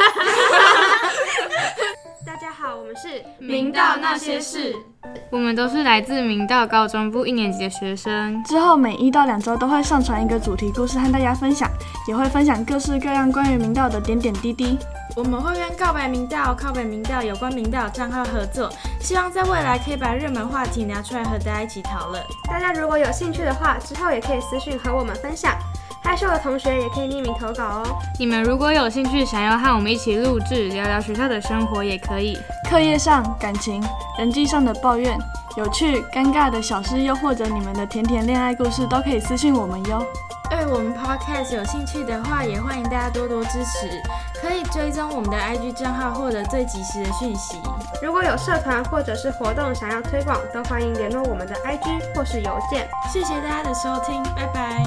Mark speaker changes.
Speaker 1: 们是
Speaker 2: 明道那些事，
Speaker 3: 我们都是来自明道高中部一年级的学生。
Speaker 4: 之后每一到两周都会上传一个主题故事和大家分享，也会分享各式各样关于明道的点点滴滴。
Speaker 2: 我们会跟告白明道、靠北明道有关明道账号合作，希望在未来可以把热门话题拿出来和大家一起讨论。
Speaker 1: 大家如果有兴趣的话，之后也可以私讯和我们分享。害羞的同学也可以匿名投稿哦。
Speaker 3: 你们如果有兴趣想要和我们一起录制，聊聊学校的生活也可以。
Speaker 4: 课业上、感情、人际上的抱怨、有趣、尴尬的小事，又或者你们的甜甜恋爱故事，都可以私信我们哟。
Speaker 2: 对我们 Podcast 有兴趣的话，也欢迎大家多多支持，可以追踪我们的 IG 账号，获得最及时的讯息。
Speaker 1: 如果有社团或者是活动想要推广，都欢迎联络我们的 IG 或是邮件。
Speaker 2: 谢谢大家的收听，拜拜。